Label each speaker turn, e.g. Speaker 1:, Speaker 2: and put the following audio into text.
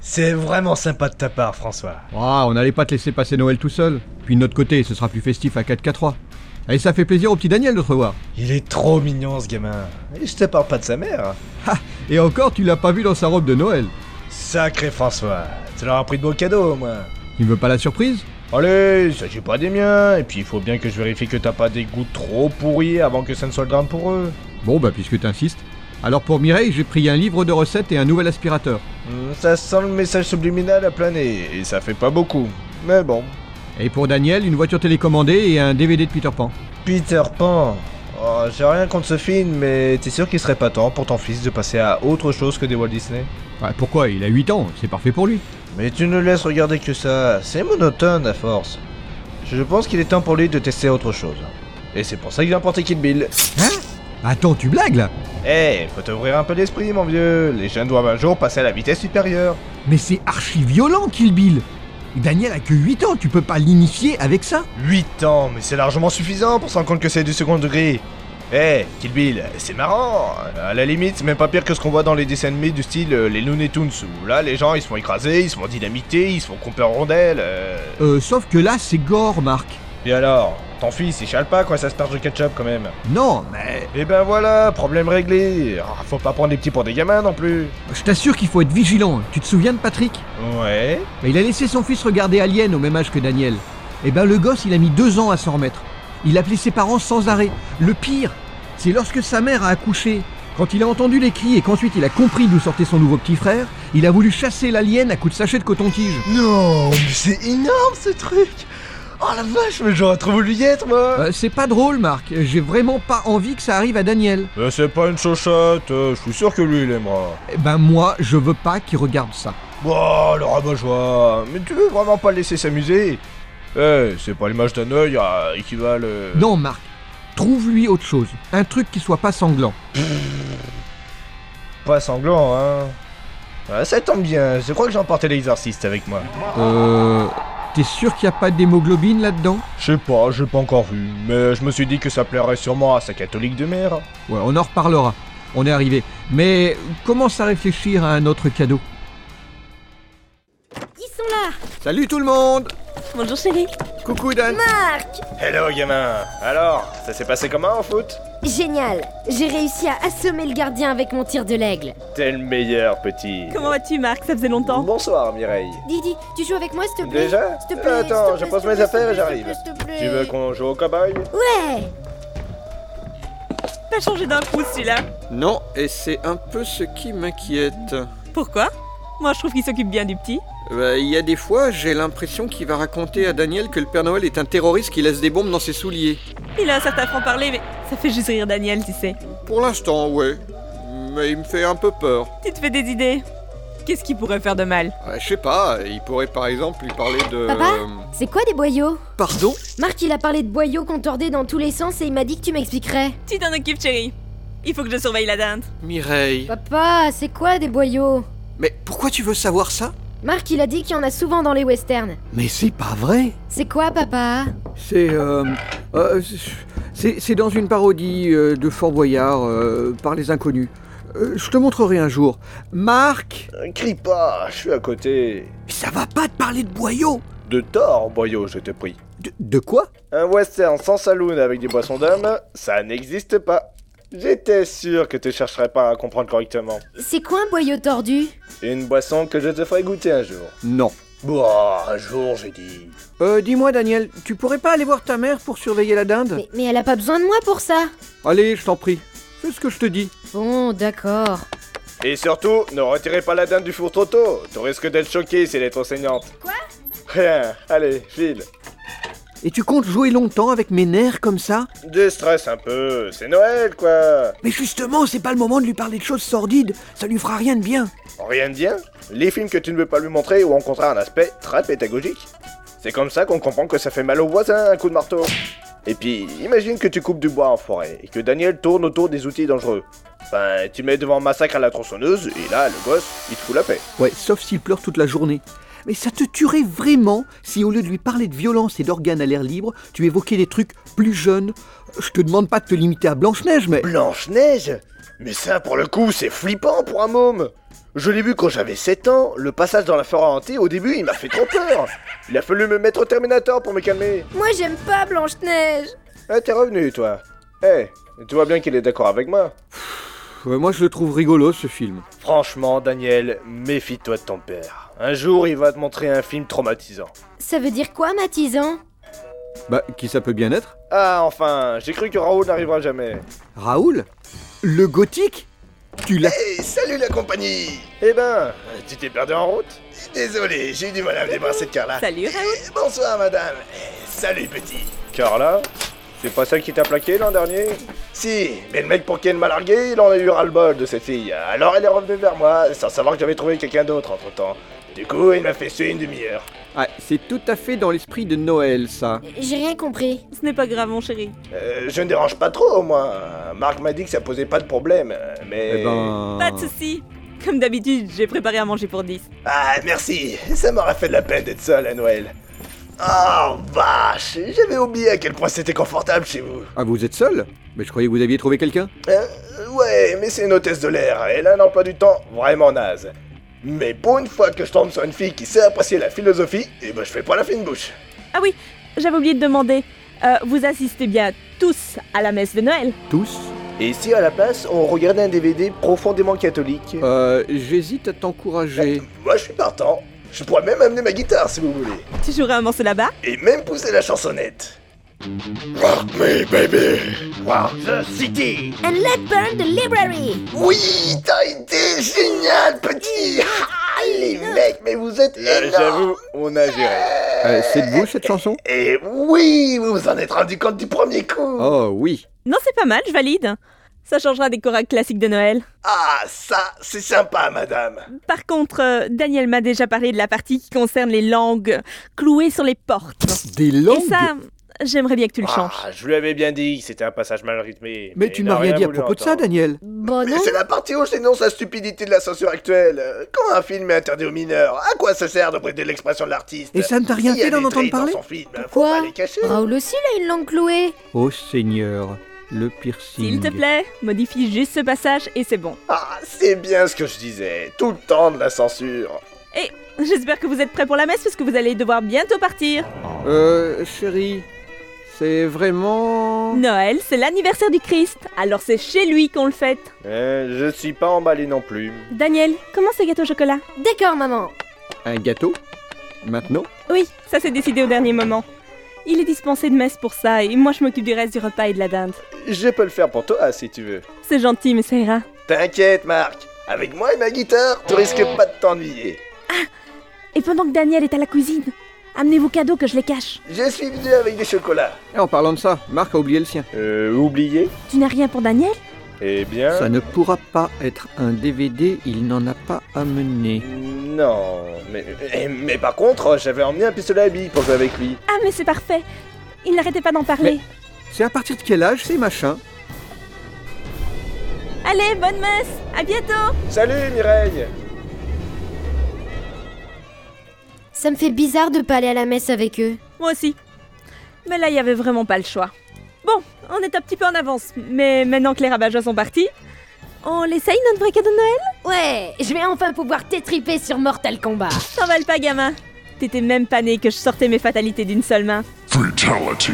Speaker 1: C'est vraiment sympa de ta part, François.
Speaker 2: Ah, on n'allait pas te laisser passer Noël tout seul. Puis de notre côté, ce sera plus festif à 4K3. Et ça fait plaisir au petit Daniel de te revoir.
Speaker 1: Il est trop mignon, ce gamin. Et je te parle pas de sa mère.
Speaker 2: Et encore, tu l'as pas vu dans sa robe de Noël.
Speaker 1: Sacré François, tu leur as pris de beaux cadeaux, au moins.
Speaker 2: Tu ne veux pas la surprise
Speaker 1: Allez, il s'agit pas des miens, et puis il faut bien que je vérifie que t'as pas des goûts trop pourris avant que ça ne soit le drame pour eux.
Speaker 2: Bon, bah puisque t'insistes. Alors pour Mireille, j'ai pris un livre de recettes et un nouvel aspirateur.
Speaker 1: Hmm, Ça sent le message subliminal à planer, et ça fait pas beaucoup. Mais bon.
Speaker 2: Et pour Daniel, une voiture télécommandée et un DVD de Peter Pan.
Speaker 1: Peter Pan. Oh, J'ai rien contre ce film, mais t'es sûr qu'il serait pas temps pour ton fils de passer à autre chose que des Walt Disney
Speaker 2: Ouais, Bah, pourquoi Il a 8 ans, c'est parfait pour lui.
Speaker 1: Mais tu ne laisses regarder que ça, c'est monotone à force. Je pense qu'il est temps pour lui de tester autre chose. Et c'est pour ça qu'il a emporté Kill Bill.
Speaker 2: Hein
Speaker 3: Hein
Speaker 2: Attends, tu blagues là
Speaker 1: Eh, faut t'ouvrir un peu l'esprit, mon vieux. Les jeunes doivent un jour passer à la vitesse supérieure.
Speaker 2: Mais c'est archi violent, Kill Bill Daniel a que 8 ans, tu peux pas l'initier avec ça
Speaker 1: 8 ans, mais c'est largement suffisant pour se rendre compte que c'est du second degré. Eh, Kill Bill, c'est marrant. À la limite, c'est même pas pire que ce qu'on voit dans les dessins animés du style euh, les Looney Tunes, où là, les gens, ils se font écraser, ils se font dynamiter, ils se font couper en rondelles. euh.
Speaker 2: Euh, sauf que là, c'est gore, Marc.
Speaker 1: Et alors Ton fils, il chale pas, quoi, ça se perche de ketchup, quand même.
Speaker 2: Non, mais
Speaker 1: Et ben voilà, problème réglé. Ah, Faut pas prendre les petits pour des gamins, non plus.
Speaker 2: je t'assure qu'il faut être vigilant. hein. Tu te souviens de Patrick
Speaker 1: Ouais
Speaker 2: Mais il a laissé son fils regarder Alien au même âge que Daniel. Eh ben le gosse, il a mis deux ans à s'en remettre. Il appelait ses parents sans arrêt. Le pire, c'est lorsque sa mère a accouché. Quand il a entendu les cris et qu'ensuite il a compris d'où sortait son nouveau petit frère, il a voulu chasser l'alien à coups de sachet de coton-tige.
Speaker 1: Non, mais c'est énorme, ce truc Oh la vache, mais j'aurais trop voulu y être, moi
Speaker 2: Euh, c'est pas drôle, Marc. J'ai vraiment pas envie que ça arrive à Daniel.
Speaker 1: C'est pas une chochette, je suis sûr que lui, il aimera.
Speaker 2: Eh ben moi, je veux pas qu'il regarde ça.
Speaker 1: Oh, le rabat-joie Mais tu veux vraiment pas le laisser s'amuser Eh, c'est pas l'image d'un œil euh, à équivalent...
Speaker 2: Non, Marc. Trouve-lui autre chose. Un truc qui soit pas sanglant.
Speaker 1: Pas sanglant, hein Ah, Ça tombe bien, je crois que j'ai emporté l'exorciste avec moi.
Speaker 2: Euh... T'es sûr qu'il n'y a pas d'hémoglobine là-dedans
Speaker 1: Je sais pas, j'ai pas encore vu, mais je me suis dit que ça plairait sûrement à sa catholique de mère.
Speaker 2: Ouais, on en reparlera. On est arrivé. Mais commence à réfléchir à un autre cadeau.
Speaker 4: Ils sont là
Speaker 2: Salut tout le monde
Speaker 4: Bonjour chérie
Speaker 2: Coucou Dan
Speaker 4: Marc
Speaker 1: Hello gamin Alors, ça s'est passé comment en foot
Speaker 4: Génial J'ai réussi à assommer le gardien avec mon tir de l'aigle.
Speaker 1: T'es le meilleur petit
Speaker 5: Comment vas-tu, Marc Ça faisait longtemps.
Speaker 1: Bonsoir Mireille
Speaker 4: Didi, tu joues avec moi s'il te plaît
Speaker 1: Déjà
Speaker 4: S'il te plaît,
Speaker 1: Attends,
Speaker 4: s'il
Speaker 1: je
Speaker 4: te plaît,
Speaker 1: pose
Speaker 4: s'il te
Speaker 1: mes
Speaker 4: plaît,
Speaker 1: affaires et
Speaker 4: s'il te
Speaker 1: j'arrive.
Speaker 4: plaît, s'il te plaît. Eh,
Speaker 1: Tu veux qu'on joue au cowboy
Speaker 4: Ouais
Speaker 5: Pas changé d'un coup celui-là.
Speaker 3: Non, et c'est un peu ce qui m'inquiète.
Speaker 5: Pourquoi Moi, je trouve qu'il s'occupe bien du petit.
Speaker 3: Euh, Il y a des fois, j'ai l'impression qu'il va raconter à Daniel que le Père Noël est un terroriste qui laisse des bombes dans ses souliers.
Speaker 5: Il a un certain franc-parler, mais ça fait juste rire Daniel, tu sais.
Speaker 3: Pour l'instant, ouais. Mais il me fait un peu peur.
Speaker 5: Tu te fais des idées. Qu'est-ce qu'il pourrait faire de mal
Speaker 3: Euh, je sais pas, il pourrait par exemple lui parler de...
Speaker 4: Papa
Speaker 3: euh,
Speaker 4: C'est quoi des boyaux
Speaker 3: Pardon
Speaker 4: Marc, il a parlé de boyaux contortés dans tous les sens et il m'a dit que tu m'expliquerais.
Speaker 5: Tu t'en occupes, chérie. Il faut que je surveille la dinde.
Speaker 3: Mireille.
Speaker 4: Papa, c'est quoi des boyaux
Speaker 3: Mais pourquoi tu veux savoir ça
Speaker 4: Marc, il a dit qu'il y en a souvent dans les westerns.
Speaker 3: Mais c'est pas vrai
Speaker 4: C'est quoi, papa
Speaker 3: C'est... euh, euh, c'est c'est dans une parodie euh, de Fort Boyard euh, par les inconnus. Euh, je te montrerai un jour. Marc
Speaker 1: Euh, Crie pas, je suis à côté.
Speaker 3: Ça va pas te parler de boyaux
Speaker 1: De tort, boyau, je te prie.
Speaker 3: de, de quoi
Speaker 1: Un western sans saloon avec des boissons d'âme, ça n'existe pas. J'étais sûr que tu chercherais pas à comprendre correctement.
Speaker 4: C'est quoi un boyau tordu
Speaker 1: Une boisson que je te ferai goûter un jour.
Speaker 3: Non.
Speaker 1: Bon, Bah, un jour, j'ai dit.
Speaker 3: Euh, dis-moi Daniel, tu pourrais pas aller voir ta mère pour surveiller la dinde
Speaker 4: mais, mais elle a pas besoin de moi pour ça
Speaker 3: Allez, je t'en prie. Fais ce que je te dis.
Speaker 4: Bon, d'accord.
Speaker 1: Et surtout, ne retirez pas la dinde du four trop tôt. Tu risques d'être choqué si elle est trop saignante.
Speaker 4: Quoi
Speaker 1: Rien, allez, file.
Speaker 3: Et tu comptes jouer longtemps avec mes nerfs comme ça
Speaker 1: Déstresse un peu, c'est Noël, quoi.
Speaker 3: Mais justement, c'est pas le moment de lui parler de choses sordides, ça lui fera rien de bien.
Speaker 1: Rien de bien Les films que tu ne veux pas lui montrer ont au contraire un aspect très pédagogique. C'est comme ça qu'on comprend que ça fait mal au voisin un coup de marteau. Et puis, imagine que tu coupes du bois en forêt et que Daniel tourne autour des outils dangereux. Ben, tu le mets devant un massacre à la tronçonneuse et là, le gosse, il te fout la paix.
Speaker 3: Ouais, sauf s'il pleure toute la journée. Mais ça te tuerait vraiment si au lieu de lui parler de violence et d'organes à l'air libre, tu évoquais des trucs plus jeunes. Je te demande pas de te limiter à Blanche-Neige, mais...
Speaker 1: Blanche-Neige Mais ça, pour le coup, c'est flippant pour un môme Je l'ai vu quand j'avais 7 ans, le passage dans la forêt hantée, au début, il m'a fait trop peur. Il a fallu me mettre au Terminator pour me calmer.
Speaker 4: Moi, j'aime pas Blanche-Neige.
Speaker 1: Ah, t'es revenu, toi. Eh, tu vois bien qu'il est d'accord avec moi.
Speaker 3: Ouais, Euh, moi, je le trouve rigolo, ce film.
Speaker 1: Franchement, Daniel, méfie-toi de ton père. Un jour, il va te montrer un film traumatisant.
Speaker 4: Ça veut dire quoi, Matisant
Speaker 3: Bah, qui ça peut bien être
Speaker 1: Ah, enfin, j'ai cru que Raoul n'arrivera jamais.
Speaker 3: Raoul Le gothique Tu l'as.
Speaker 6: Hey, Eh, salut la compagnie
Speaker 1: Eh ben, tu t'es perdu en route
Speaker 6: Désolé, j'ai eu du mal à me débarrasser de
Speaker 1: Ah.
Speaker 6: Carla.
Speaker 5: Salut Raoul.
Speaker 6: Eh, Bonsoir madame Eh, Salut petit
Speaker 1: Car là, c'est pas celle qui t'a plaqué l'an dernier
Speaker 6: Si,
Speaker 1: Mais le mec pour qui elle m'a largué, il en a eu ras-le-bol de cette fille. Alors elle est revenue vers moi, sans savoir que j'avais trouvé quelqu'un d'autre entre temps. Du coup, il m'a fait suer une demi-heure.
Speaker 3: Ah, c'est tout à fait dans l'esprit de Noël, ça.
Speaker 4: J'ai rien compris.
Speaker 5: Ce n'est pas grave, mon chéri.
Speaker 1: Euh, je ne dérange pas trop, au moins. Marc m'a dit que ça posait pas de problème, euh, mais...
Speaker 3: Eh ben.
Speaker 5: Pas de soucis. Comme d'habitude, j'ai préparé à manger pour 10.
Speaker 6: Ah, merci Ça m'aura fait de la peine d'être seul à Noël. Oh vache J'avais oublié à quel point c'était confortable chez vous.
Speaker 3: Ah, vous êtes seul Mais je croyais que vous aviez trouvé quelqu'un.
Speaker 6: Euh, ouais, mais c'est une hôtesse de l'air. Elle a un emploi du temps vraiment naze. Mais pour une fois que je tombe sur une fille qui sait apprécier la philosophie, eh ben je fais pas la fine bouche.
Speaker 5: Ah oui, j'avais oublié de demander. euh, vous assistez bien tous à la messe de Noël
Speaker 3: Tous
Speaker 1: Et si à la place, on regardait un DVD profondément catholique
Speaker 3: Euh, j'hésite à t'encourager.
Speaker 6: Euh, Moi je suis partant. Je pourrais même amener ma guitare si vous voulez.
Speaker 5: Tu jouerais un morceau là-bas
Speaker 6: et même pousser la chansonnette. Rock me, baby! Rock the city!
Speaker 4: And let burn the library.
Speaker 6: Oui, t'as été génial, petit! Ah, les mecs, mais vous êtes énormes!
Speaker 1: on a géré.
Speaker 3: Euh, c'est de vous, cette chanson
Speaker 6: Et oui, vous vous en êtes rendu compte du premier coup!
Speaker 3: Oh, oui.
Speaker 5: Non, c'est pas mal, je valide. Ça changera des chorales classiques de Noël.
Speaker 6: Ah, ça, c'est sympa, madame!
Speaker 5: Par contre, euh, Daniel m'a déjà parlé de la partie qui concerne les langues clouées sur les portes.
Speaker 3: Des langues
Speaker 5: Et ça, j'aimerais bien que tu le changes.
Speaker 1: Ah, je lui avais bien dit que c'était un passage mal rythmé.
Speaker 3: Mais tu
Speaker 1: il
Speaker 3: m'as
Speaker 1: n'a
Speaker 3: rien dit à
Speaker 1: voulu
Speaker 3: propos de ça,
Speaker 1: entendre.
Speaker 3: Daniel. Ah,
Speaker 4: Bon,
Speaker 6: Mais
Speaker 4: non.
Speaker 6: c'est la partie où je dénonce la stupidité de la censure actuelle. Euh, Quand un film est interdit aux mineurs, à quoi ça sert de brider l'expression de l'artiste?
Speaker 3: Et ça ne t'a rien
Speaker 6: S'il Ben, y a
Speaker 3: fait d'en
Speaker 6: des
Speaker 3: entendre
Speaker 6: traits dans
Speaker 3: parler Ah.
Speaker 6: son film, faut
Speaker 4: Quoi
Speaker 6: pas les cacher.
Speaker 4: Raoul aussi, il a une langue clouée.
Speaker 3: Oh, Seigneur, le piercing.
Speaker 5: S'il te plaît, modifie juste ce passage et c'est bon.
Speaker 6: Ah, c'est bien ce que je disais. Tout le temps de la censure.
Speaker 5: J'espère que vous êtes prêts pour la messe parce que vous allez devoir bientôt partir.
Speaker 3: Euh, chérie, c'est vraiment.
Speaker 5: Noël, c'est l'anniversaire du Christ, alors c'est chez lui qu'on le fête.
Speaker 1: Euh, je suis pas emballé non plus.
Speaker 5: Daniel, comment c'est gâteau au chocolat
Speaker 4: D'accord, maman.
Speaker 3: Un gâteau Maintenant
Speaker 5: Oui, ça s'est décidé au dernier moment. Il est dispensé de messe pour ça et moi je m'occupe du reste du repas et de la dinde.
Speaker 1: Je peux le faire pour toi si tu veux.
Speaker 5: C'est gentil, mais ça ira.
Speaker 6: T'inquiète, Marc. Avec moi et ma guitare, tu risques pas de t'ennuyer.
Speaker 5: Et pendant que Daniel est à la cuisine, amenez vos cadeaux que je les cache.
Speaker 6: Je suis venu avec des chocolats.
Speaker 3: Et En parlant de ça, Marc a oublié le sien.
Speaker 1: Euh, oublié
Speaker 5: Tu n'as rien pour Daniel
Speaker 1: Eh bien...
Speaker 3: Ça ne pourra pas être un DVD, il n'en a pas amené.
Speaker 1: Non, mais, eh, mais par contre, j'avais emmené un pistolet à billes pour jouer avec lui.
Speaker 5: Ah, mais c'est parfait. Il n'arrêtait pas d'en parler.
Speaker 3: C'est à partir de quel âge ces machins
Speaker 5: Allez, bonne messe À bientôt
Speaker 1: Salut Mireille
Speaker 4: Ça me fait bizarre de pas aller à la messe avec eux.
Speaker 5: Moi aussi. Mais là, il n'y avait vraiment pas le choix. Bon, on est un petit peu en avance, mais maintenant que les rabat sont partis, on l'essaye notre vrai cadeau de Noël
Speaker 4: Ouais, je vais enfin pouvoir t'étriper sur Mortal Kombat.
Speaker 5: T'en vales pas, gamin T'étais même pas né que je sortais mes fatalités d'une seule main.
Speaker 7: Fatality.